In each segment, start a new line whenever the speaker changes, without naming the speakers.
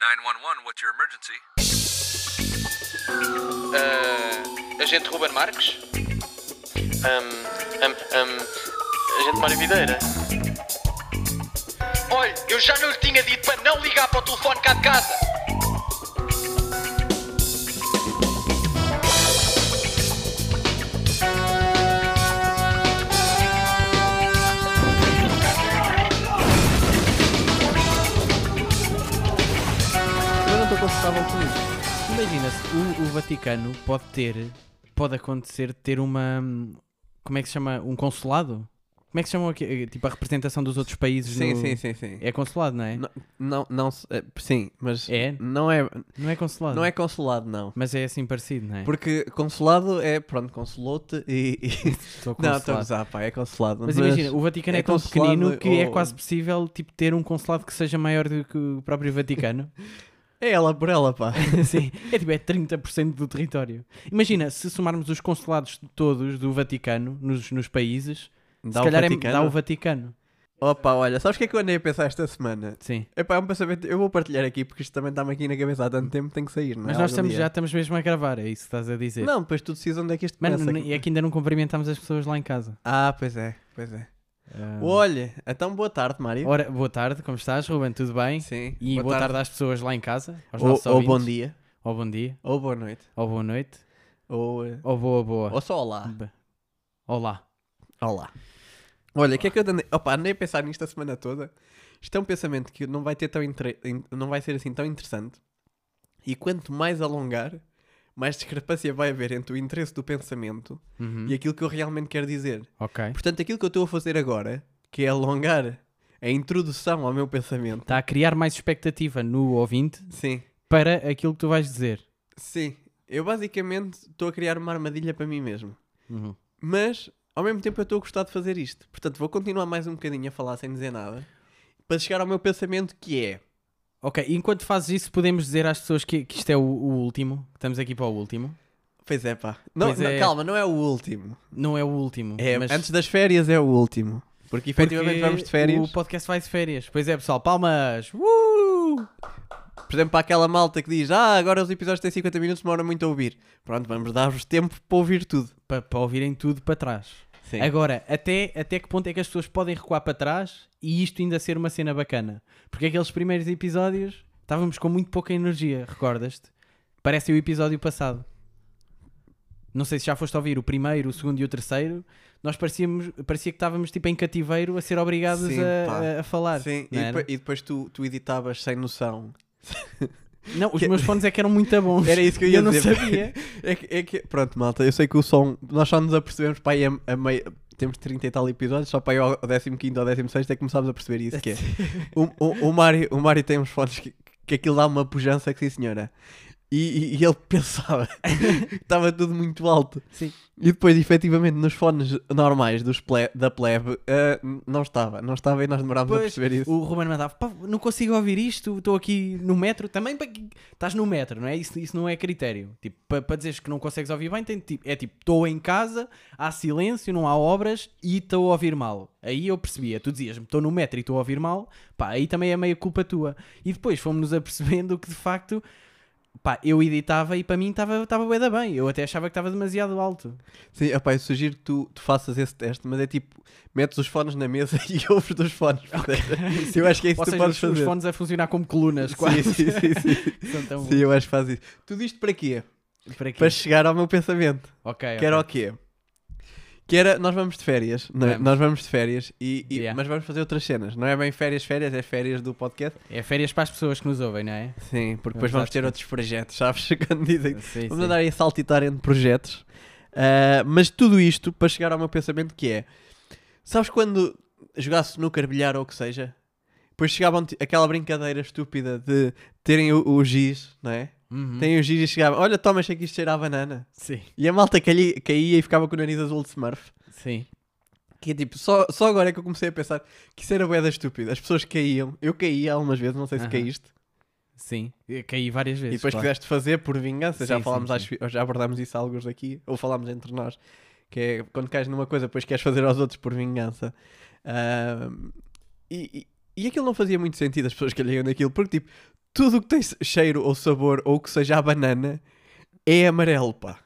911, what's your emergency?
Ah, agente Ruben Marques?
Ahm, ahm, ahm, a gente Mário Videira.
Olha, eu já não lhe tinha dito para não ligar para o telefone cá de casa.
Eu não estou confortável com isso. Imagina-se, o, o Vaticano pode ter, pode acontecer ter uma, como é que se chama, um consulado? Como é que se chama aqui? Tipo a representação dos outros países
Sim,
no...
sim, sim, sim.
É consulado, não é? Não,
Não, não, não se- eh, sim, mas
É?
não é,
é consulado.
não é consulado não.
Mas é assim parecido, não é?
Porque consulado é, pronto, consulou-te e... e-
Estou
Não,
consulado.
estamos a pá, é consulado.
Mas imagina, o Vaticano é,
é
tão
consulado
pequenino que é
ou-
quase possível tipo, ter um consulado que seja maior do que o próprio Vaticano.
É ela por ela, pá.
Sim, é tipo é 30% do território. Imagina, se somarmos os consulados todos do Vaticano nos, nos países, se
Dá o
calhar é-
Vaticano.
dá o Vaticano.
Opa, olha, sabes o que é que eu andei a pensar esta semana?
Sim.
Epá, é um pensamento, eu vou partilhar aqui porque isto também está-me aqui na cabeça há tanto tempo, tem que sair, não é?
Mas nós
Algum
estamos,
dia.
já estamos mesmo a gravar, é isso que estás a dizer.
Não, depois tu decides onde é que isto
Mano,
começa.
nem- é que ainda não cumprimentámos as pessoas lá em casa.
Ah, pois é, pois é.
Ah,
Olha, então boa tarde, Mário.
Ora, boa tarde, como estás, Ruben? Tudo bem?
Sim.
E boa, tarde. às pessoas lá em casa, aos
Ou,
nossos
ou
ouvintes.
bom dia,
Ou bom dia,
ou boa noite,
ou boa noite,
ou, eh,
ou boa boa.
ou só olá.
B- Olá.
Olá. Olha, o que é que eu andei... Opa, andei a pensar nisto a semana toda. Isto é um pensamento que não vai, ter tão inter- in- não vai ser assim tão interessante. E quanto mais alongar, mais discrepância vai haver entre o interesse do pensamento
Uhum.
e aquilo que eu realmente quero dizer.
Ok.
Portanto, aquilo que eu estou a fazer agora, que é alongar a introdução ao meu pensamento.
Está a criar mais expectativa no ouvinte
Sim,
para aquilo que tu vais dizer.
sim. Eu basicamente estou a criar uma armadilha para mim mesmo.
Uhum.
Mas, ao mesmo tempo, eu estou a gostar de fazer isto. Portanto, vou continuar mais um bocadinho a falar sem dizer nada. Para chegar ao meu pensamento, que é...
Ok, enquanto fazes isso, podemos dizer às pessoas que, que isto é o, o último, que estamos aqui para o último.
Pois é, pá. Não,
Pois
não,
é.
Calma, não é o último.
Não é o último,
É,
mas
Antes das férias é o último. Porque efetivamente
porque
vamos de férias.
O podcast vai de férias. Pois é, pessoal, palmas! Uh!
Uh! Por exemplo, para aquela malta que diz Ah, agora os episódios têm 50 minutos, demora muito a ouvir. Pronto, vamos dar-vos tempo para ouvir tudo.
Pa- Para, ouvirem tudo para trás.
Sim.
Agora, até, até que ponto é que as pessoas podem recuar para trás e isto ainda ser uma cena bacana? Porque aqueles primeiros episódios estávamos com muito pouca energia, recordas-te? Parece o episódio passado. Não sei se já foste ouvir o primeiro, o segundo e o terceiro. Nós parecíamos, parecia que estávamos tipo em cativeiro a ser obrigados
Sim,
a-
pá.
a, a falar.
Sim, e,
não, é? era?
depois, e depois tu, tu editavas sem noção.
Não, os meus fones é que eram muito bons.
Era isso que eu
E
ia
eu não
dizer.
sabia.
É que, é que- pronto, malta, eu sei que o som. Nós só nos apercebemos para aí a, a meio. Temos 30 e tal episódios, só para aí ao 15 ou 16 é que começámos a perceber isso que é. O, o, o, Mário, o Mário tem uns fones que, que aquilo dá uma pujança que sim, senhora. E, e- e ele pensava que estava tudo muito alto.
Sim.
E depois, efetivamente, nos fones normais dos ple- da plebe, ah, não estava. Não estava e nós demorámos a
Pois,
perceber isso.
O Ruben mandava, "Pá, não consigo ouvir isto, estou aqui no metro. Também para que- estás no metro, não é? Isso, isso não é critério. Tipo, para, para dizeres que não consegues ouvir bem, tem, de tipo, é tipo, estou em casa, há silêncio, não há obras e estou a ouvir mal. Aí eu percebia, tu dizias-me, estou no metro e estou a ouvir mal, pá, aí também é meio culpa tua. E depois fomos-nos apercebendo que de facto. Pá, eu editava e para mim estava estava bué da bem. Eu até achava que estava demasiado alto.
Sim, opá, eu sugiro que tu, tu faças esse teste, mas é tipo, metes os fones na mesa e ouves dos fones. Eu acho que é isso
Ou
que tu
seja,
podes
os, os
fazer.
fones a funcionar como colunas, quase. Então,
sim, sim, sim, sim.
São tão
Sim, eu acho que faz isso. Tudo isto para quê?
bons. Para quê?
Para chegar ao meu pensamento.
É Ok,
Que era o quê? Que era, nós vamos de férias, não é?
Vamos.
nós vamos de férias, e, e-
Yeah.
mas vamos fazer outras cenas. Não é bem férias, férias, é férias do podcast.
É férias para as pessoas que nos ouvem, não é?
Sim, porque
Vamos
depois vamos
lá
ter outros projetos, sabes? Quando dizem,
Sim,
Vamos andar aí a saltitar entre projetos. Ah, mas tudo isto para chegar ao meu pensamento que é... Sabes quando jogasse no carbilhar ou o que seja? Depois chegavam ti- aquela brincadeira estúpida de terem o, o giz, não é?
Uhum.
Têm o giz e chegavam... Olha, toma, achei que isto cheira a banana.
Sim,
E a malta caía, caía e ficava com o nariz azul de Smurf.
sim.
Que é tipo, só, só agora é que eu comecei a pensar que isso era boeda estúpida. As pessoas caíam. Eu caía algumas vezes, não sei se
Aham.
caíste.
Sim, Eu caí várias
E
vezes.
depois
claro.
quiseste fazer por vingança, já
Sim,
falámos,
sim,
às fi- já abordámos isso a alguns aqui, ou falámos entre nós, que é quando cais numa coisa, depois queres fazer aos outros por vingança. Ahm, e, e, e aquilo não fazia muito sentido as pessoas que olhavam naquilo, porque tipo, tudo o que tem cheiro ou sabor ou que seja a banana é amarelo, pá.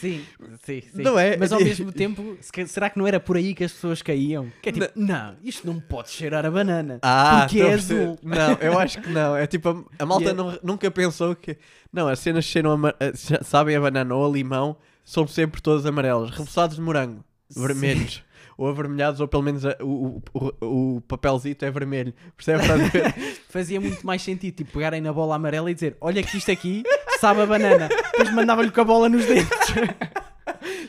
Sim, sim, sim.
Não é?
Mas ao mesmo tempo, se ca- será que não era por aí que as pessoas caíam? Que é tipo, não, isto não pode cheirar a banana. porque
estou
é
Ah, a perceber.
azul.
Não, eu acho que não. É tipo, a, a malta
Yeah.
não- nunca pensou que. Não, as cenas que cheiram ama- a- che- sabem a banana ou a limão são sempre todas amarelas. Repousados de morango, vermelhos. Ou avermelhados, ou pelo menos a- o, o, o- o papelzito é vermelho. Percebe? Estás a ver?
Fazia muito mais sentido, tipo, pegarem na bola amarela e dizer, olha que isto aqui sabe a banana. Depois mandava-lhe com a bola nos dentes.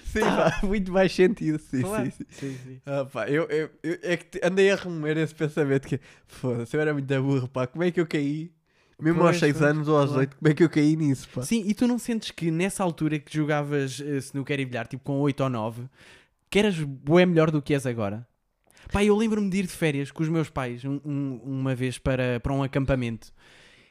sim, pá, muito mais sentido. Sim,
Claro.
sim, sim.
Sim, sim.
Tá. Ah, pá, eu, eu- eu- é que te- andei a remoer esse pensamento que foda-se, eu era muito burro, pá, como é que eu caí? Mesmo aos
Pois,
6
pois,
anos ou aos
claro.
8, como é que eu caí nisso, pá?
Sim, e tu não sentes que nessa altura que jogavas eh, snooker e bilhar, tipo com 8 ou 9, que eras bué melhor do que és agora? Pá, eu lembro-me de ir de férias com os meus pais um- um- uma vez para, para um acampamento.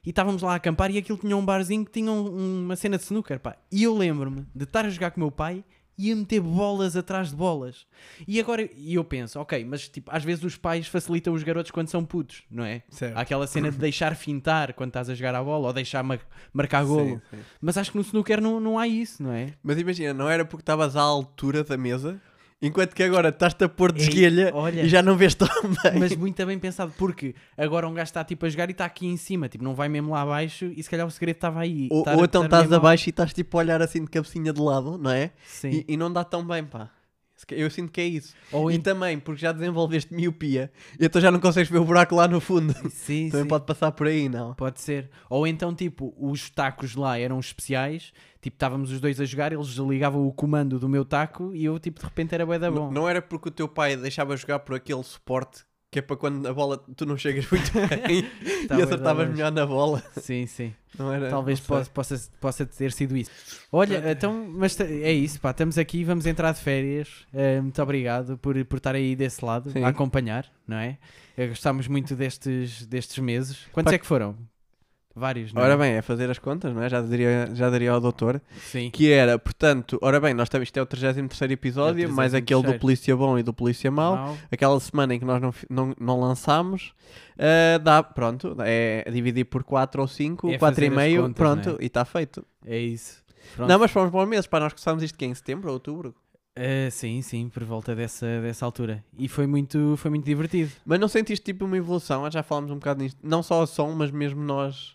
E estávamos lá a acampar e aquilo tinha um barzinho que tinha um- uma cena de snooker, pá. E eu lembro-me de estar a jogar com o meu pai e a meter bolas atrás de bolas. E agora, e eu penso, ok, mas tipo, às vezes os pais facilitam os garotos quando são putos, não é?
Certo.
Há aquela cena de deixar fintar quando estás a jogar à bola ou deixar mar- marcar golo.
sim.
Mas acho que no snooker não, não há isso, não é?
Mas imagina, não era porque estavas à altura da mesa, enquanto que agora estás-te a pôr de esguelha
olha.
e já não vês tão bem.
Mas muito bem pensado, porque agora um gajo está tipo a jogar e está aqui em cima, tipo, não vai mesmo lá abaixo e se calhar o segredo estava aí.
ou,
Estar-
ou então
estar
estás
mesmo-
abaixo e estás tipo a olhar assim de cabecinha de lado, não é?
Sim.
E, e não dá tão bem, pá. Se ca- Eu sinto que é isso.
Ou
e
ent-
também, porque já desenvolveste miopia, então já não consegues ver o buraco lá no fundo.
Sim, Tá
também
sim.
pode passar por aí, não?
Pode ser. Ou então, tipo, os tacos lá eram especiais, tipo, estávamos os dois a jogar, eles ligavam o comando do meu taco e eu, tipo, de repente era bué da bom.
Não, não era porque o teu pai deixava jogar por aquele suporte que é para quando a bola tu não chegas muito bem
Tá
e
bem,
acertavas
tá bem.
melhor na bola.
Sim, sim.
Não era,
Talvez
É, não sei.
possa, possa, possa ter sido isso. Olha, então, mas t- é isso, pá. Estamos aqui, vamos entrar de férias. Eh, muito obrigado por, por estar aí desse lado,
Sim.
a acompanhar, não é? Eh, Gostámos muito destes, destes meses. Quantos
Pá,
é que foram? Vários, não é?
Ora bem, é fazer as contas, não é? Já diria, já diria ao doutor.
Sim.
Que era, portanto, ora bem, nós estamos, isto é o 33 episódio,
É o
mais
33º.
aquele do Polícia Bom e do Polícia Mau.
Mau.
Aquela semana em que nós não, fi- não, não lançámos, ah, dá, pronto, é dividir por 4 ou 5,
É
4 e
fazer as
meio,
contas,
pronto,
não
e está feito.
É isso. Pronto.
Não, mas fomos bons meses, para nós começámos isto que em setembro ou outubro.
Eh, sim, sim, por volta dessa, dessa altura. E foi muito, foi muito divertido.
Mas não sentiste tipo uma evolução? Ah, Já falámos um bocado nisto, não só o som, mas mesmo nós,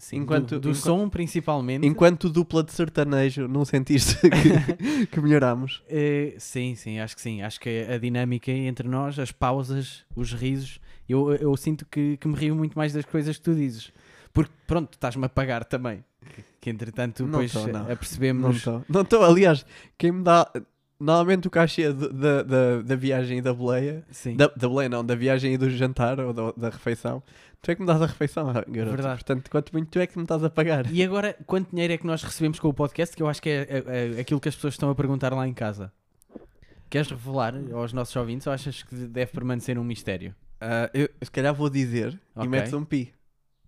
Sim,
Enquanto-
do, do
enquanto-
som, principalmente.
enquanto dupla de sertanejo, não sentiste que, que melhorámos?
Eh, sim, sim, acho que sim. Acho que é a dinâmica entre nós, as pausas, os risos, eu, eu sinto que, que me rio muito mais das coisas que tu dizes. Porque, pronto, estás-me a pagar também. Que, que, entretanto,
Não
depois eh,
tô, não. Não
apercebemos.
estou. Não estou, aliás, quem me dá. Normalmente o cachê de- da, da, da viagem e da boleia.
Sim,
Da, da boleia não, da viagem e do jantar ou da, da refeição. Tu é que me dás a refeição, garoto.
Verdade.
Portanto, quanto muito tu é que me estás a pagar.
E agora, quanto dinheiro é que nós recebemos com o podcast? Que eu acho que é, é, é aquilo que as pessoas estão a perguntar lá em casa. Queres revelar aos nossos ouvintes ou achas que deve permanecer um mistério?
Ah, eu, eu se calhar vou dizer
Ok.
e metes um pi.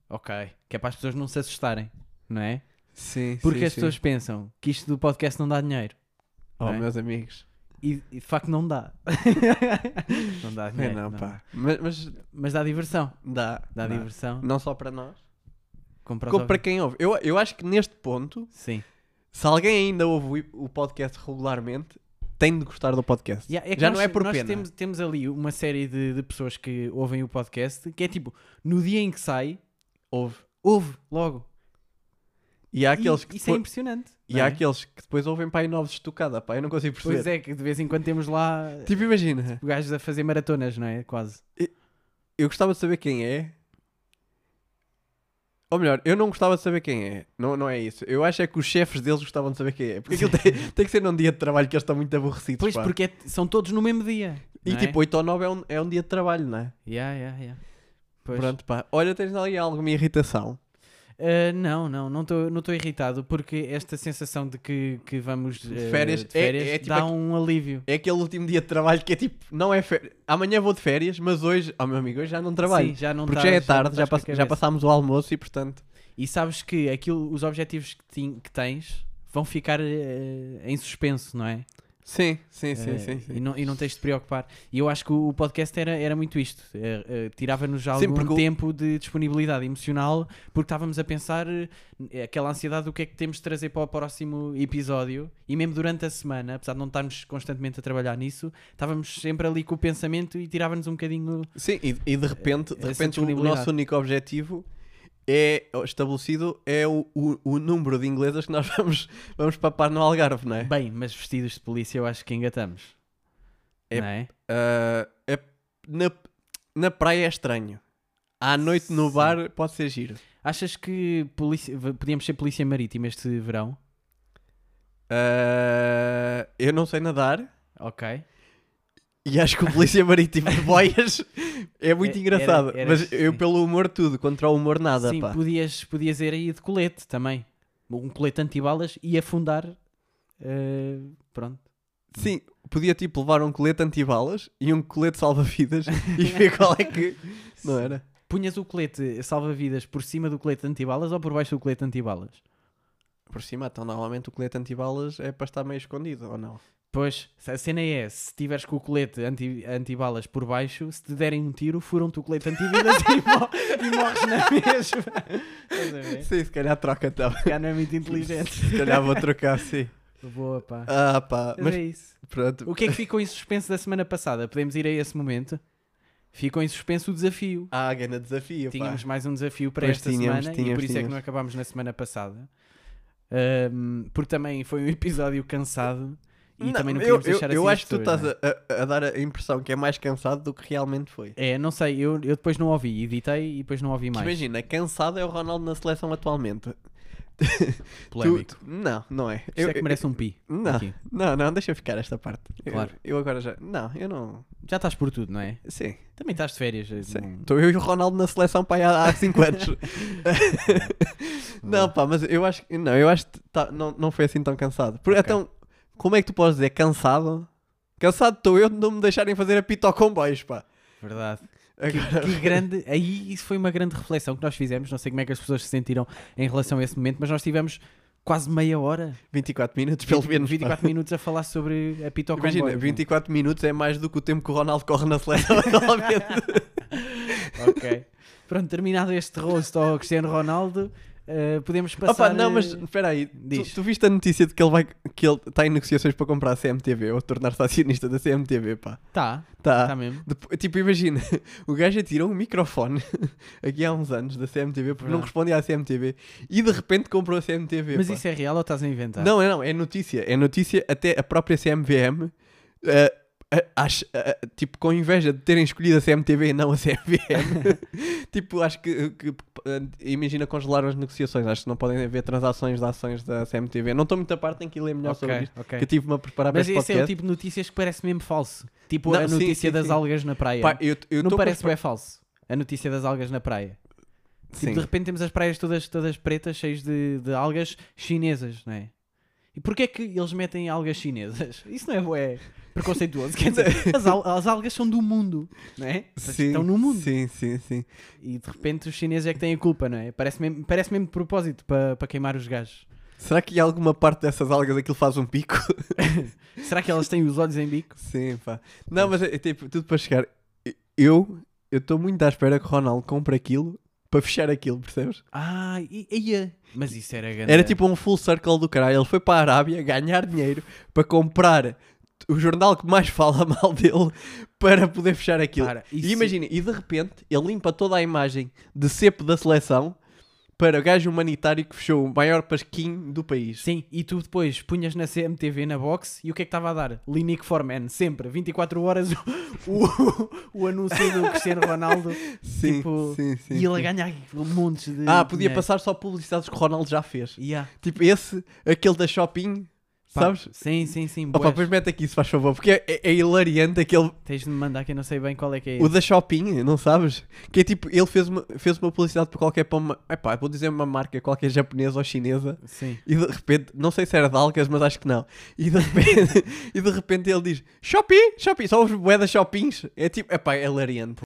Ok. Que é para as pessoas não se assustarem, não é?
Sim.
Porque as pessoas pensam que isto do podcast não dá dinheiro.
Oh,
não é?
meus amigos.
E, e de facto não dá. não dá
É,
dinheiro.
não, pá. Mas, mas
Mas dá diversão.
dá.
Dá diversão.
Não só para nós.
Compra os
Como para
ouvidos.
quem ouve. Eu, eu acho que neste ponto,
Sim.
se alguém ainda ouve o o podcast regularmente, tem de gostar do podcast.
Yeah, é que
Já
nós-
não é por
nós
pena.
Temos, temos ali uma série de, de pessoas que ouvem o podcast que é tipo, no dia em que sai,
Ouve.
ouve logo.
E há
E
aqueles que
isso é
depois,
impressionante.
e
não
há
é?
aqueles que depois ouvem para aí novos de estocada, pá, eu não consigo perceber.
Pois é, que de vez em quando temos lá
Tipo, imagina,
gajos a fazer maratonas, não é? Quase.
eu gostava de saber quem é. Ou melhor, eu não gostava de saber quem é. Não, não é isso. Eu acho é que os chefes deles gostavam de saber quem é. Porque aquilo tem, tem que ser num dia de trabalho que eles estão muito aborrecidos.
Pois,
pá.
porque é- são todos no mesmo dia.
E
não é?
tipo, 8 ou 9 é um, é um dia de trabalho, não é?
Yeah, yeah, yeah. Pois.
Pronto, pá. Olha, tens ali alguma irritação.
Uh, não, não, não estou não tô irritado porque esta sensação de que, que vamos uh, de
férias
férias,
é- é tipo
dá
aque-
um alívio.
É aquele último dia de trabalho que é tipo, não é férias. Amanhã vou de férias, mas hoje, ó meu amigo, hoje já não trabalho.
Sim, já não
porque
tá-
já é
não
tarde, já,
estás com a
pass- já
cabeça.
passámos o almoço e portanto.
E sabes que aquilo, os objetivos que, tin- que tens vão ficar uh, em ah, suspenso, não é?
Sim, sim, sim,
Eh,
sim. sim.
E, não, e não tens de te preocupar. E eu acho que o o podcast era, era muito isto. Eh, eh, Tirava-nos já
Sim,
algum
porque o-
tempo de disponibilidade emocional, porque estávamos a pensar eh, aquela ansiedade do que é que temos de trazer para o próximo episódio. E mesmo durante a semana, apesar de não estarmos constantemente a trabalhar nisso, estávamos sempre ali com o pensamento e tirava-nos um bocadinho.
Sim, e, e de repente, de
Essa
repente o
É, disponibilidade.
nosso único objetivo é estabelecido é o, o, o número de inglesas que nós vamos, vamos papar no Algarve, não é?
Bem, mas vestidos de polícia eu acho que engatamos.
É-
Não é?
Ah, é na, na praia é estranho. À noite no
Sim.
bar pode ser giro.
Achas que polícia... v- podíamos ser polícia marítima este verão?
Ah, eu não sei nadar
Ok.
e acho que o Polícia Marítimo de Boias é muito
Era-
engraçado.
era-
mas eu,
sim.
pelo humor, tudo. Contra o humor, nada.
Sim,
pá.
podias, podias ir aí de colete também. Um colete antibalas e afundar. eh, pronto.
Sim, podia tipo levar um colete antibalas e um colete salva-vidas e ver qual é que. Não era?
Punhas o colete salva-vidas por cima do colete antibalas ou por baixo do colete antibalas?
Por cima, então normalmente o colete antibalas é para estar meio escondido ou não?
Pois, a cena é: se tiveres com o colete anti, antibalas por baixo, se te derem um tiro, furam-te o colete antibalas e, mo- e morres na mesma. Estás a ver?
Sim, se calhar troca tá.
Cá não é muito inteligente.
Se calhar vou trocar, sim.
Boa, pá.
Ah, pá,
Mas é
mas
isso.
pronto.
O que é que ficou em suspenso da semana passada? Podemos ir a esse momento? Ficou em suspenso o desafio.
Ah, ganha desafio, pá.
Tínhamos mais um desafio para
Pois
esta
tínhamos,
semana e
tínhamos,
por isso é que
tínhamos.
não acabámos na semana passada. Ahm, porque também foi um episódio cansado e
Não,
também não
eu,
queríamos
eu,
deixar assim
eu
as
acho que tu
pessoas,
estás
não é?
a, a- a dar a impressão que é mais cansado do que realmente foi.
É, não sei, eu, eu depois não ouvi, editei e depois não ouvi
Porque
mais.
Imagina, cansado é o Ronaldo na seleção atualmente. Tu-
Polémico.
tu- não, não é.
Isto é que merece um pi.
Não,
aqui.
não, não, deixa eu ficar esta parte. Eu-
Claro.
Eu, agora já. Não, eu não.
Já estás por tudo, não é?
Sim,
Também estás de férias. eh,
sim.
não-
Estou eu e o Ronaldo na seleção pai, há há cinco anos. não, pá, mas eu acho que. Não, eu acho que tá- não, não foi assim tão cansado. Por,
Ok.
Então, como é que tu podes dizer cansado? Cansado estou eu de não me deixarem fazer apito ao comboios, pá.
Verdade.
Agora,
Que grande. Aí isso foi uma grande reflexão que nós fizemos. Não sei como é que as pessoas se sentiram em relação a esse momento, mas nós tivemos quase meia hora,
24 minutos, pelo menos. pá.
24 minutos a falar sobre a Pito
Imagina, 24 minutos é mais do que o tempo que o Ronaldo corre na seleção atualmente.
Ok. Pronto, terminado este roast ao Cristiano Ronaldo, eh, podemos
Opa,
passar.
não, mas
eh,
espera aí. Tu,
diz.
tu viste a notícia de que ele vai que ele está em negociações para comprar a CMTV ou tornar-se acionista da CMTV, pá.
Tá,
Tá.
tá mesmo.
Dep- tipo, imagina, o gajo atirou um microfone aqui há uns anos da CMTV porque não
Verdade.
respondia à CMTV e de repente comprou a CMTV.
Mas
pá.
isso é real ou estás a inventar?
Não, é não, é notícia. É notícia até a própria CMVM. eh, eh, acho, eh, eh, tipo, com inveja de terem escolhido a CMTV e não a CMVM. tipo, acho que, que, eh, imagina congelaram as negociações. Acho que não podem haver transações de ações da CMTV. Não estou muito a parte, tenho que ir ler melhor sobre
ok,
isto.
ok.
Que eu tive-me a preparar
Mas
para
esse
este
é o
podcast.
tipo de notícias que parece mesmo falso. Tipo
Não,
a
sim,
notícia
sim,
das
sim.
algas na praia.
Pá, eu, eu
não
tô
parece
com-
bem falso. A notícia das algas na praia. Tipo,
Sim.
de repente temos as praias todas, todas pretas, cheias de, de algas chinesas, não é? E porquê é que eles metem algas chinesas? Isso não é bué preconceituoso. Quer dizer, as, al- as algas são do mundo, não é?
Sim,
Estão no mundo.
Sim, sim, sim.
E de repente os chineses é que têm a culpa, não é? Parece mesmo, parece mesmo de propósito para para queimar os gajos.
Será que em alguma parte dessas algas aquilo faz um pico?
Será que elas têm os olhos em bico?
Sim, pá. Não, mas é, é tipo, tudo para chegar. Eu eu estou muito à espera que o Ronaldo compre aquilo para fechar aquilo, percebes?
Ah, e, ia. Mas isso era grande.
Era tipo um full circle do caralho. Ele foi para a Arábia ganhar dinheiro para comprar o jornal que mais fala mal dele para poder fechar aquilo.
Para, isso-
e imagina, e de repente ele limpa toda a imagem de cepo da seleção para o gajo humanitário que fechou o maior pasquinho do país.
Sim, e tu depois punhas na CMTV na box e o que é que estava a dar? Linique Foreman, sempre, 24 horas o, o anúncio do Cristiano Ronaldo.
Sim,
tipo,
sim, sim,
E ele a
sim.
ganhar montes de.
Ah, podia
dinheiro.
passar só publicidades que o Ronaldo já fez.
Yeah.
Tipo esse, aquele da Shopping,
Pá,
sabes?
Sim, sim, sim.
Opa,
bués.
pois mete aqui, se faz favor, porque é, é- é hilariante aquele.
Tens de me mandar que eu não sei bem qual é que é.
O
esse.
da Shopping, não sabes? Que é tipo, ele fez uma, fez uma publicidade para qualquer. Para uma, epá, vou dizer uma marca qualquer japonesa ou chinesa.
Sim.
E de repente, não sei se era de algas, mas acho que não. E de repente, e de repente ele diz: Shopping, Shopping, só os moedas Shoppings. É tipo, epá, é hilariante.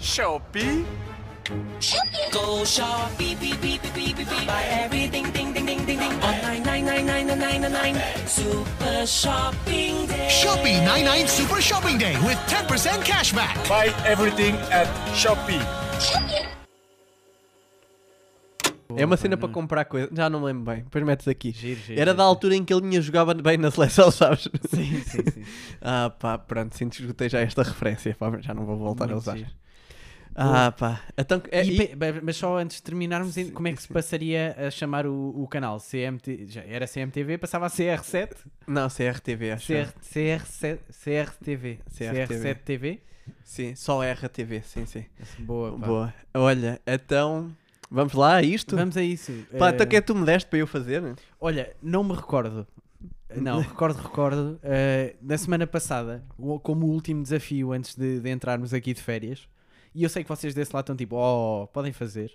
Shopee.
Go shop, beep, beep, beep, beep, beep, beep, beep. Buy everything, ding, ding, ding, ding, ding. Online, nine, nine, nine, nine, nine, nine, nine. Super shopping day.
Shopee 99 Super Shopping Day with 10% cashback.
Buy everything at Shopee.
É uma cena para comprar coisa. Já não me lembro bem. Depois metes aqui.
Giro, giro,
Era
giro.
da altura em que a linha jogava bem na seleção, sabes?
Sim, sim, sim.
Ah, pá, pronto. Sinto que esgotei já esta referência. Pá, já não vou voltar a
Muito
usar.
giro.
Ah, pá. Então, é,
E
e-
pe- be- mas só antes de terminarmos, em- como é que se passaria a chamar o, o canal? CMT, já era CMTV, passava a CR7?
Não, CRTV, acho.
CR,
eu.
CR7, CRTV.
CRTV.
CR7 TV?
Sim, só RTV, sim, sim.
Boa, pá.
Boa. Olha, então. Vamos lá a isto?
Vamos a isso.
Pá,
Eh,
então o que é que tu me deste para eu fazer?
Olha, não me recordo. Não, recordo, recordo. eh, na semana passada, o- como último desafio antes de, de entrarmos aqui de férias, e eu sei que vocês desse lado estão tipo, oh, podem fazer.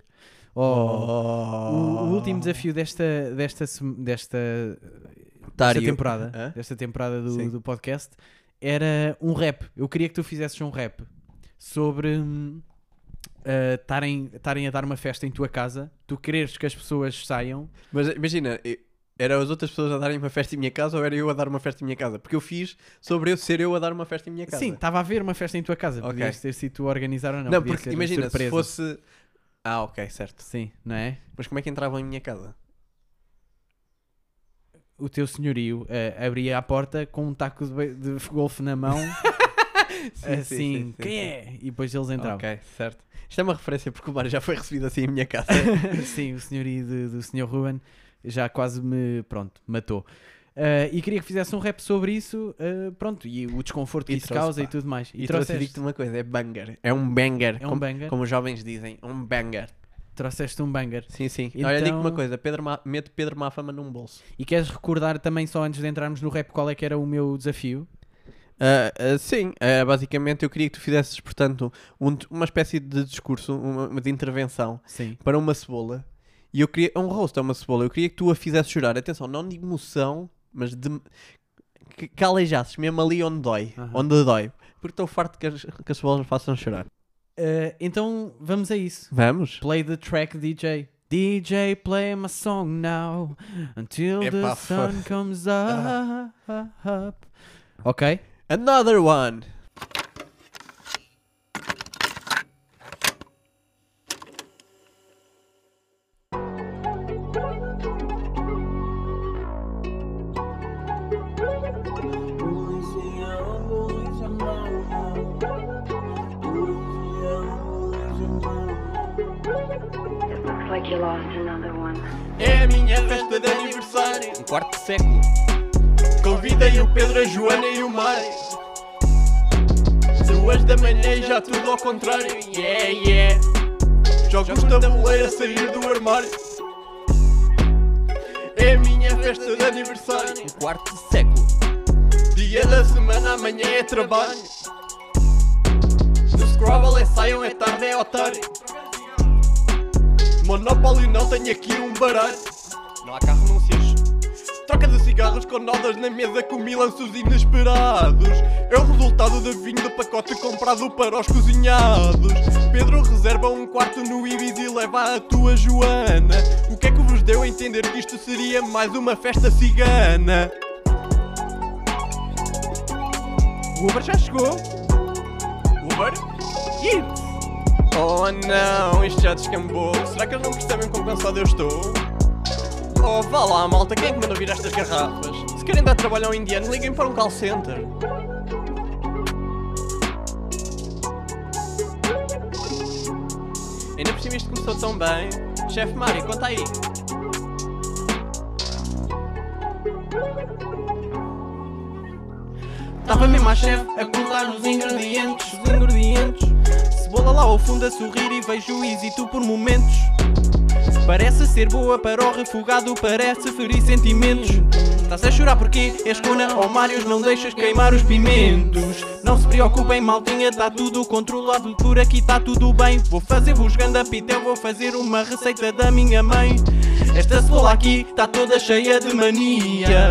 Oh, O, o último desafio desta, desta, sem- desta, desta
Tário.
temporada,
Hã?
desta temporada
Sim.
do, do podcast era um rap. Eu queria que tu fizesses um rap sobre hum, eh, estarem estarem a dar uma festa em tua casa, tu quereres que as pessoas saiam.
Mas imagina, eu- eram as outras pessoas a darem uma festa em minha casa ou era eu a dar uma festa em minha casa? Porque eu fiz sobre eu ser eu a dar uma festa em minha casa.
Sim, estava a haver uma festa em tua casa.
Ok.
Podias ter sido tu a organizar ou não.
tá. não,
podia
porque
ser
imagina,
surpresa.
se fosse. Ah, ok, certo.
Sim, não é?
Mas como é que entravam em minha casa?
O teu senhorio eh, abria a porta com um taco de, be- de golfe na mão, assim, quem é? E depois eles entravam.
Ok, certo. Isto é uma referência porque o Mário já foi recebido assim em minha casa.
Sim, o senhor e do, do senhor Ruben já quase me, pronto, matou. Ah, e queria que fizesse um rap sobre isso, ah, pronto, e o desconforto que
E
isso
trouxe,
causa e
pá.
tudo mais.
e
E,
trouxe
trouxeste,
digo-te uma coisa: é banger. É um banger.
É um
como,
banger.
Como os jovens dizem, um banger.
trouxeste um banger.
Sim, sim. Olha,
Então-
digo-te uma coisa: Pedro Ma... mete Pedro Mafama num bolso.
E queres recordar também, só antes de entrarmos no rap, qual é que era o meu desafio?
Ah, ah, sim, Ah, basicamente eu queria que tu fizesses, portanto, um d- uma espécie de discurso, uma, uma de intervenção
Sim.
para uma cebola. E eu queria, um rosto a uma cebola, eu queria que tu a fizesses chorar. Atenção, não de emoção, mas de. que, que aleijasses mesmo ali onde dói.
Aham.
Onde dói. Porque estou farto que as, que as cebolas me façam chorar.
então, vamos a isso.
Vamos?
Play the track, DJ. DJ, play my song now until
Epá, Ah.
the
fa-
sun comes up. Ok?
Another one!
Looks like you lost another one.
É a minha festa de aniversário. Um quarto de século. Convidei o Pedro, a Joana e o Mário. Duas da manhã e já tudo ao contrário. Yeah, yeah. Jogos de tabuleiro a sair do armário. É a minha festa de aniversário. Um quarto de século. Dia da semana, amanhã é trabalho. No Scrabble é saiam, é tarde, é otário. Monopólio não tenho aqui um baralho. Não há cá renúncias. Troca de cigarros com nodas na mesa com mil lanços inesperados. É o resultado da vinho do pacote comprado para os cozinhados. Pedro reserva um quarto no Ibis e leva a tua Joana. O que é que vos deu a entender que isto seria mais uma festa cigana? O Uber já chegou. Uber? Ih! Oh não, isto já descambou. Será que eles não percebem quão cansado eu estou? Oh, vá lá, malta, quem é que manda vir estas garrafas? Se querem dar trabalho ao indiano, liguem para um call center. Ainda por cima isto começou tão bem. Chefe Mário, conta aí. Tava mesmo a chefe a colar os ingredientes, os ingredientes. Cebola lá ao fundo a sorrir e vejo hesito por momentos. Parece ser boa para o refogado, parece ferir sentimentos. Estás a chorar porque és cona ou Mários, não deixas queimar os pimentos. Não se preocupem, maltinha, tá tudo controlado, por aqui tá tudo bem. Vou fazer-vos ganda pitel, vou fazer uma receita da minha mãe. Esta cebola aqui tá toda cheia de mania.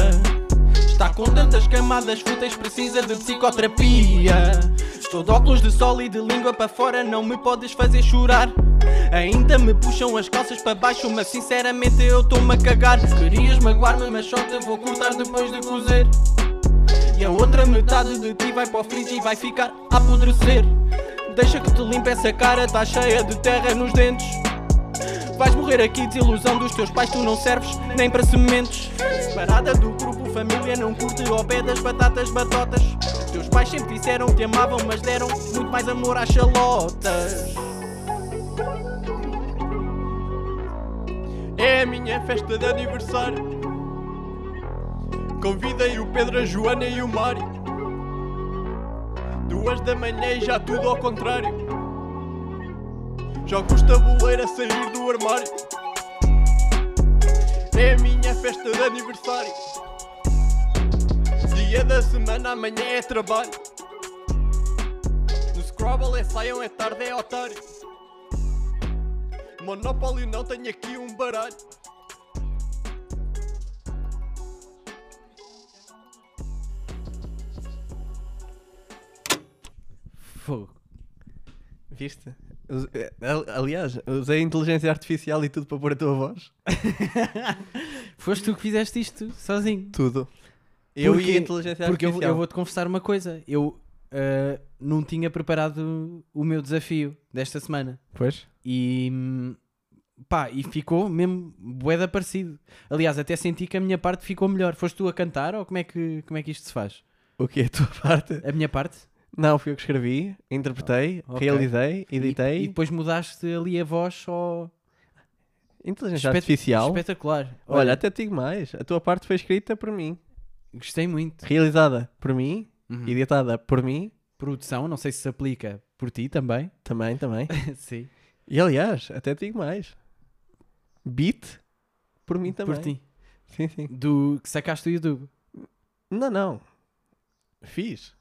Está com tantas camadas fúteis, precisa de psicoterapia.
Estou de óculos de sol e de língua para fora, não me podes fazer chorar. Ainda me puxam as calças para baixo, mas sinceramente eu estou-me a cagar. Querias magoar-me, mas só te vou cortar depois de cozer. E a outra metade de ti vai para o fridge e vai ficar a apodrecer. Deixa que te limpe essa cara, está cheia de terra nos dentes. Vais morrer aqui, desilusão dos teus pais, tu não serves nem para sementes. Parada do grupo família, não curte ao pé das batatas batotas. Teus pais sempre disseram que te amavam, mas deram muito mais amor às chalotas.
É a minha festa de aniversário. Convidei o Pedro, a Joana e o Mário. Duas da manhã e já tudo ao contrário. Jogo os tabuleiro a sair do armário. É a minha festa de aniversário. Dia da semana, amanhã é trabalho. No Scrabble é saiam, é tarde, é otário. Monopólio não tenho aqui um baralho.
Fogo.
Viste? Us- eh, al- Aliás, usei a inteligência artificial e tudo para pôr a tua voz.
Foste tu que fizeste isto sozinho.
Tudo. Eu
Porque-
e a inteligência
Porque eu,
artificial.
eu vou-te confessar uma coisa. Eu ah, não tinha preparado o meu desafio desta semana.
Pois?
E hum, pá, e ficou mesmo boeda parecido. Aliás, até senti que a minha parte ficou melhor. Foste tu a cantar ou como é que, como é que isto se faz?
O que é a tua parte? Ah,
A minha parte?
Não, fui eu que escrevi, interpretei,
Ok.
realizei, editei.
E, e depois mudaste ali a voz só
Inteligência
Espet-
artificial.
espetacular.
Olha, até te digo mais. A tua parte foi escrita por mim,
gostei muito.
realizada por mim, editada por mim,
Produção, não sei se se aplica por ti também.
também, também.
Sim,
E aliás, até te digo mais. Beat por mim também.
por ti.
Sim, sim.
Do que sacaste do YouTube.
Não, não. Fiz.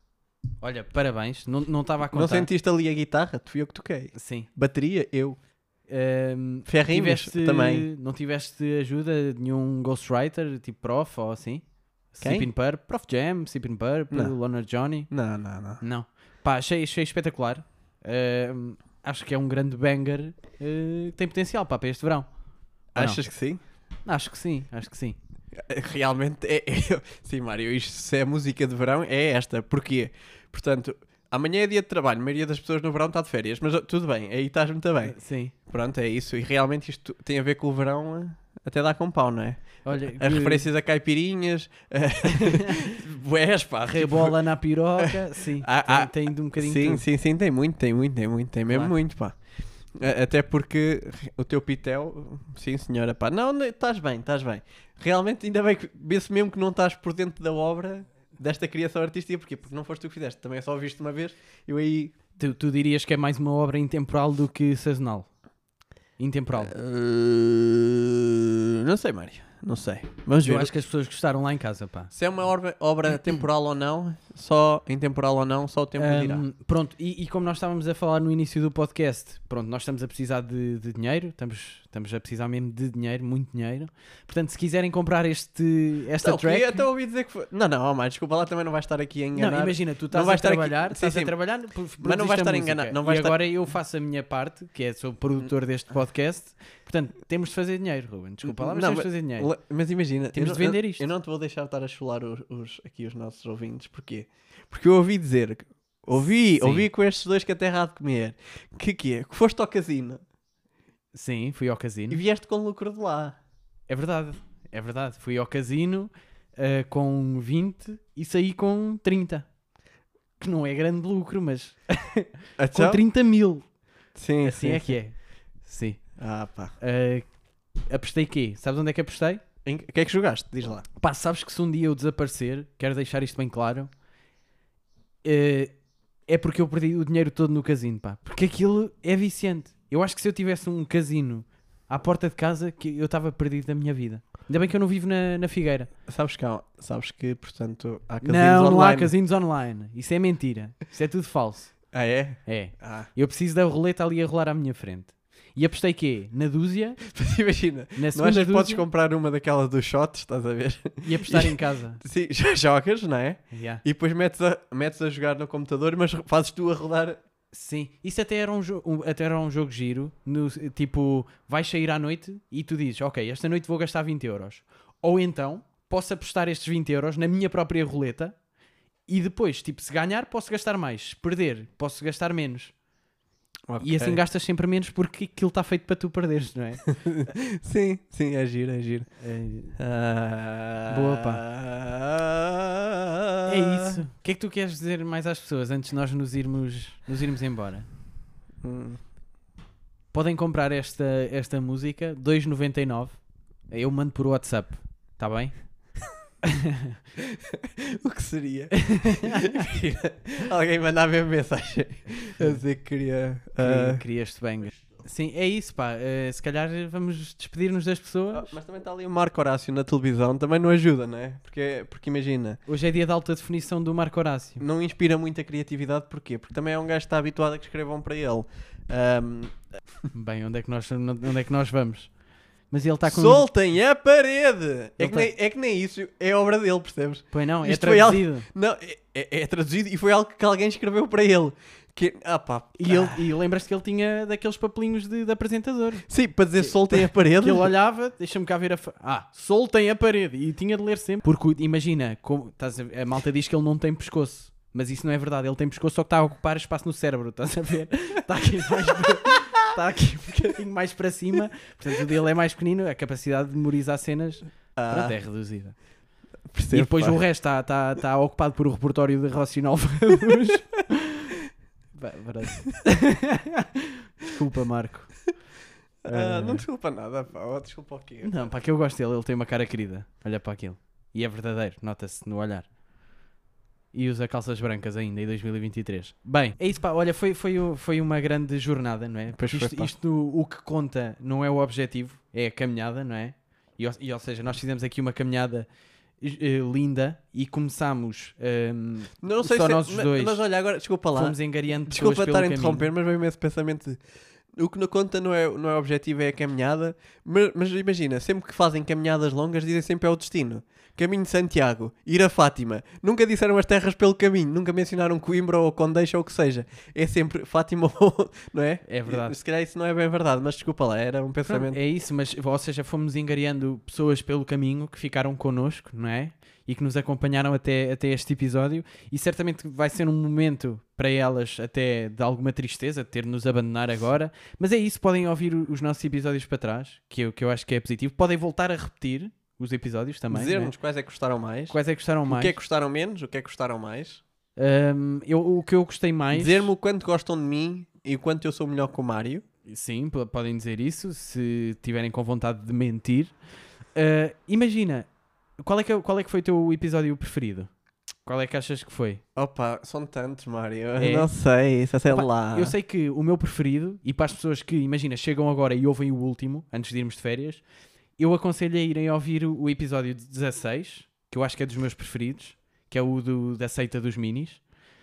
Olha, parabéns, não não estava a contar.
Não sentiste ali a guitarra? Tu fui eu que toquei.
Sim.
Bateria, eu.
Ahm,
Ferrinhos
tiveste-
Ehm, também.
Não tiveste ajuda de nenhum ghostwriter, tipo prof ou assim?
Quem?
Sippin' Purp, Prof Jam, Sippin' Purp,
Não.
Loner Johnny?
Não, não, Ah, não.
Não. Pá, achei, achei espetacular. Ahm, acho que é um grande banger eh, que tem potencial pá, para este verão. Ou não?
Achas que sim?
Acho que sim, acho que sim.
Realmente é. é- Sim, Mário, isto se é música de verão, é esta. Porquê? Portanto, amanhã é dia de trabalho, a maioria das pessoas no verão está de férias, mas ó, tudo bem, aí estás muito bem.
Sim.
Pronto, é isso. E realmente isto tem a ver com o verão eh, até dá com pau, não é?
Olha,
As
que
referências a caipirinhas, boés, pá. tipo,
rebola na piroca, sim.
Ah, ah,
tem, tem de um bocadinho
sim,
tudo.
sim, sim, tem muito, tem muito, tem muito, tem mesmo
Claro.
muito, pá. A- Até porque o teu pitel, sim senhora, pá, não, não, estás bem, estás bem. Realmente ainda bem que vê-se mesmo que não estás por dentro da obra desta criação artística, porquê? Porque não foste tu que fizeste, também é só viste uma vez, eu aí...
Tu, tu dirias que é mais uma obra intemporal do que sazonal? Intemporal.
eh, não sei, Mário, não sei. Vamos
Eu
ver.
acho que as pessoas gostaram lá em casa, pá.
Se é uma obra, obra temporal ou não, só intemporal ou não, só o tempo dirá.
Ahm, pronto, e, e como nós estávamos a falar no início do podcast, pronto, nós estamos a precisar de, de dinheiro, estamos, estamos a precisar mesmo de dinheiro, muito dinheiro. Portanto, se quiserem comprar este, esta
Não,
track.
queria até ouvi dizer que foi... Não, não, ó, Mário, desculpa lá, também não vai estar aqui a enganar.
Não, imagina, tu
Não
estás
vai
a
estar aqui-
trabalhar,
Sim,
estás
sim.
a trabalhar, pro-
Mas não vai
produziste
estar
a música.
enganado, não vai
e
estar-
agora eu faço a minha parte, que é sou produtor deste podcast. Portanto, temos de fazer dinheiro, Ruben. Desculpa lá, mas
Não,
temos de fazer dinheiro.
Le- Mas imagina,
Temos
eu
de
não-
vender
eu-
isto.
Eu não te vou deixar estar a chular os, os- aqui os nossos ouvintes, porquê? Porque eu ouvi dizer, que- ouvi,
Sim.
ouvi com estes dois que a terra há de comer, que que é? Que foste ao casino
Sim, fui ao casino.
e vieste com lucro de lá.
É verdade, é verdade. Fui ao casino ah, com 20 e saí com 30. Que não é grande lucro, mas
Então?
com 30 mil.
Sim,
Assim
sim,
é
sim.
que é. Sim.
Ah pá.
Ah, apostei quê? Sabes onde é que apostei?
Em que o que é que jogaste? Diz lá.
Pá, sabes que se um dia eu desaparecer, quero deixar isto bem claro, eh, é porque eu perdi o dinheiro todo no casino, pá. Porque aquilo é viciante. Eu acho que se eu tivesse um casino à porta de casa, que eu estava perdido da minha vida. Ainda bem que eu não vivo na, na Figueira.
Sabes
um,
que, há- sabes que portanto, há casinos
não,
online.
não há casinos online. Isso é mentira. Isso é tudo falso.
Ah é?
É.
Ah.
Eu preciso da roleta ali a rolar à minha frente. E apostei quê? Na dúzia
Imagina,
Na
não
segunda
achas que podes
dúzia-
comprar uma daquelas dos shots, estás a ver?
e apostar em casa.
Sim, já jogas, não é?
Yeah.
E depois metes a, metes a jogar no computador, mas fazes tu a rodar.
Sim, isso até era um, jo- um- até era um jogo giro. No, tipo, vais sair à noite e tu dizes: Ok, esta noite vou gastar 20 euros. Ou então posso apostar estes 20 euros na minha própria roleta e depois, tipo, se ganhar, posso gastar mais. Se perder, posso gastar menos. E assim gastas sempre menos porque aquilo está feito para tu perderes, não é?
Sim, sim, é giro, é giro. Ah,
Boa,
pá.
É isso. O que é que tu queres dizer mais às pessoas antes de nós nos irmos, nos irmos embora?
Hum.
Podem comprar esta, esta música, 2,99. Eu mando por WhatsApp, está bem?
O que seria? Alguém mandava mesmo mensagem a dizer que queria.
Queria-
ah,
Queria este banger. Sim, é isso, pá. Eh, se calhar vamos despedir-nos das
Ah,
pessoas.
mas também está ali o Marco Horácio na televisão, também não ajuda, não é? Porque, porque imagina,
Hoje é dia de alta definição do Marco Horácio.
não inspira muita criatividade, porquê? Porque também é um gajo que está habituado a que escrevam para ele. Ahm, Hum.
Bem, onde é que nós, onde é que nós vamos? Mas ele está Tá com.
Soltem a parede! É
Ele
que, nem, é que nem isso, é obra dele, percebes?
Pois não, é
Isto foi algo-
traduzido.
Não, é, é- é traduzido e foi algo que alguém escreveu para ele. Que, ah pá,
E, ele- e lembras-te que ele tinha daqueles papelinhos de, de apresentador.
sim, para dizer soltem a parede.
Que ele olhava, deixa-me cá ver a. fa- Ah, soltem a parede! E tinha de ler sempre. Porque o- imagina, como, estás a, ver, a malta diz que ele não tem pescoço. Mas isso não é verdade, ele tem pescoço, só que está a ocupar espaço no cérebro, estás a ver? Está aqui mais para- Está aqui um bocadinho mais para cima, portanto o dele é mais pequenino, a capacidade de memorizar cenas pronto, é reduzida.
Percebo,
e depois
Ah. pá.
o resto está, está, está ocupado por o repertório de Rocinol Ramos. Pá, pronto. Desculpa, Marco.
Ah, não desculpa nada, pá. Oh, Desculpa o quê?
Não, para que eu gosto dele, ele tem uma cara querida. Olha para aquilo. E é verdadeiro, nota-se no olhar. E usa calças brancas ainda em 2023. Bem, é isso, pá. Olha, foi, foi, o- foi uma grande jornada, não é? Porque
foi,
isto,
pá.
isto, o que conta não é o objetivo, é a caminhada, não é? E, ou- e, ou seja, nós fizemos aqui uma caminhada eh, linda e começámos. ehm,
Não sei
Só
se
nós os
ma-
dois.
Mas olha, agora, desculpa lá.
fomos engariando pessoas
Desculpa
pelo
estar a
caminho.
interromper, mas veio-me esse pensamento de, o que não conta não é, não é o objetivo, é a caminhada. Mas, mas imagina, sempre que fazem caminhadas longas, dizem sempre é o destino. Caminho de Santiago, ir a Fátima. Nunca disseram as terras pelo caminho, nunca mencionaram Coimbra ou Condeixa ou o que seja. É sempre Fátima ou. Não é?
É verdade.
Se calhar isso não é bem verdade, mas desculpa lá, era um
Pronto,
pensamento.
É isso, mas ou seja, fomos engariando pessoas pelo caminho que ficaram connosco, não é? E que nos acompanharam até, até este episódio. E certamente vai ser um momento para elas até de alguma tristeza de ter de nos abandonar agora. Mas é isso, podem ouvir o- os nossos episódios para trás, que eu, que eu acho que é positivo. Podem voltar a repetir os episódios também. não é?
Dizer-nos quais é que gostaram mais,
Quais é que gostaram
o
mais?
que é que gostaram menos, o que é que gostaram mais.
Ahm, eu, o que eu gostei mais.
Dizer-me o quanto gostam de mim e o quanto eu sou melhor que o Mário.
Sim, p- podem dizer isso se tiverem com vontade de mentir. Ah, imagina, qual é, que, é o- qual é que foi o teu episódio preferido? Qual é que achas que foi?
Opa, são tantos, Mário.
É.
Não sei, só sei
Opa,
lá.
Eu sei que o meu preferido, e para as pessoas que, imagina, chegam agora e ouvem o último, antes de irmos de férias, eu aconselho a irem ouvir o o episódio 16, que eu acho que é dos meus preferidos, que é o do- da seita dos minis.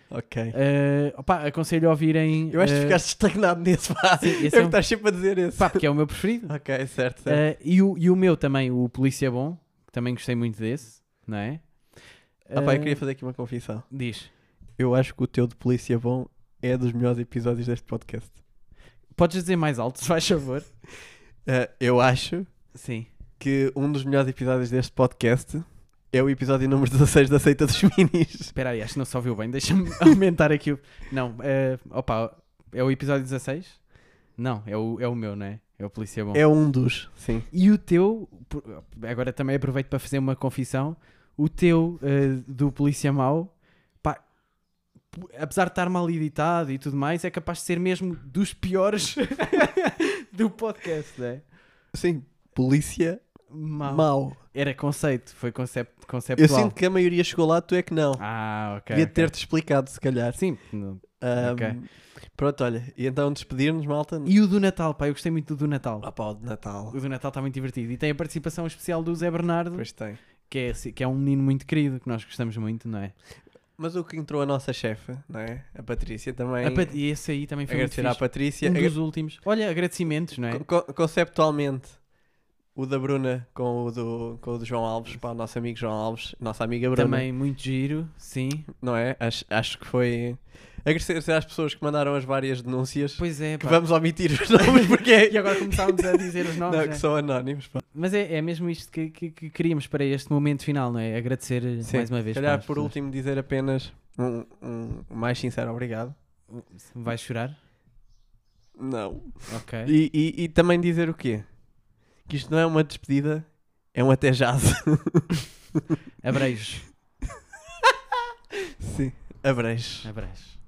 Ok.
Ah, opa, aconselho a ouvirem...
Eu acho que
ah,
ficaste estagnado nesse pá.
sim,
eu
esse
que
é um-
estás sempre a dizer esse.
pá, porque é o meu preferido.
Ok, certo,
Uh,
certo.
e, o, e o meu também, o Polícia Bom, que também gostei muito desse, não é?
Ah, pá, eu
Uh,
queria fazer aqui uma confissão.
Diz.
Eu acho que o teu de Polícia Bom é dos melhores episódios deste podcast.
Podes dizer mais alto, se faz favor?
Ah, eu acho
Sim.
que um dos melhores episódios deste podcast é o episódio número 16 da Seita dos Minis.
Espera aí, acho que não se ouviu bem. Deixa-me aumentar aqui o... Não, uh, opa, é o episódio 16? Não, é o, é o meu, não é? É o Polícia Bom.
É um dos, sim.
E o teu... por- Agora também aproveito para fazer uma confissão. O teu uh, do Polícia Mau, pá, p- apesar de estar mal editado e tudo mais, é capaz de ser mesmo dos piores do podcast, não é?
Sim, Polícia
Mau.
Mau.
Era conceito, foi concept,
Eu
conceptual.
sinto que a maioria chegou lá, tu é que não.
Ah, ok.
Devia
ok.
ter-te explicado, se calhar.
Sim. não-
Ahm,
Ok.
Pronto, olha, e então despedir-nos, malta.
E o do Natal, pá, eu gostei muito do do Natal.
Ah, pá, o de Natal.
O do Natal está muito divertido. E tem a participação especial do Zé Bernardo,
Pois tem.
que é, assim- que é um menino muito querido, que nós gostamos muito, não é?
Mas o que entrou a nossa chefe, não é? A Patrícia também.
A Pat- E esse aí também foi muito
Agradecer à
fixe.
Patrícia.
um
Agra-
dos últimos. Olha, agradecimentos, não é?
É, Co- co- conceptualmente, o da Bruna com o, do, com o do João Alves, para o nosso amigo João Alves, nossa amiga Bruna,
Também muito giro, sim.
não é? Acho, acho que foi. Agradecer às pessoas que mandaram as várias denúncias,
Pois é,
que
pá.
vamos omitir os nomes porque é-
E agora começámos a dizer os nomes.
não,
né?
que são anónimos. pá.
Mas é, é mesmo isto que, que- que queríamos para este momento final, não é? Agradecer eh,
Sim,
mais uma vez.
Se calhar,
pá,
por
às
último, dizer apenas um, um mais sincero obrigado.
pessoas. Vais chorar?
Não.
Ok.
E, e- e também dizer o quê? Que isto não é uma despedida, é um até jazz.
Abreijos.
Sim. Abreijos.
Abreijos.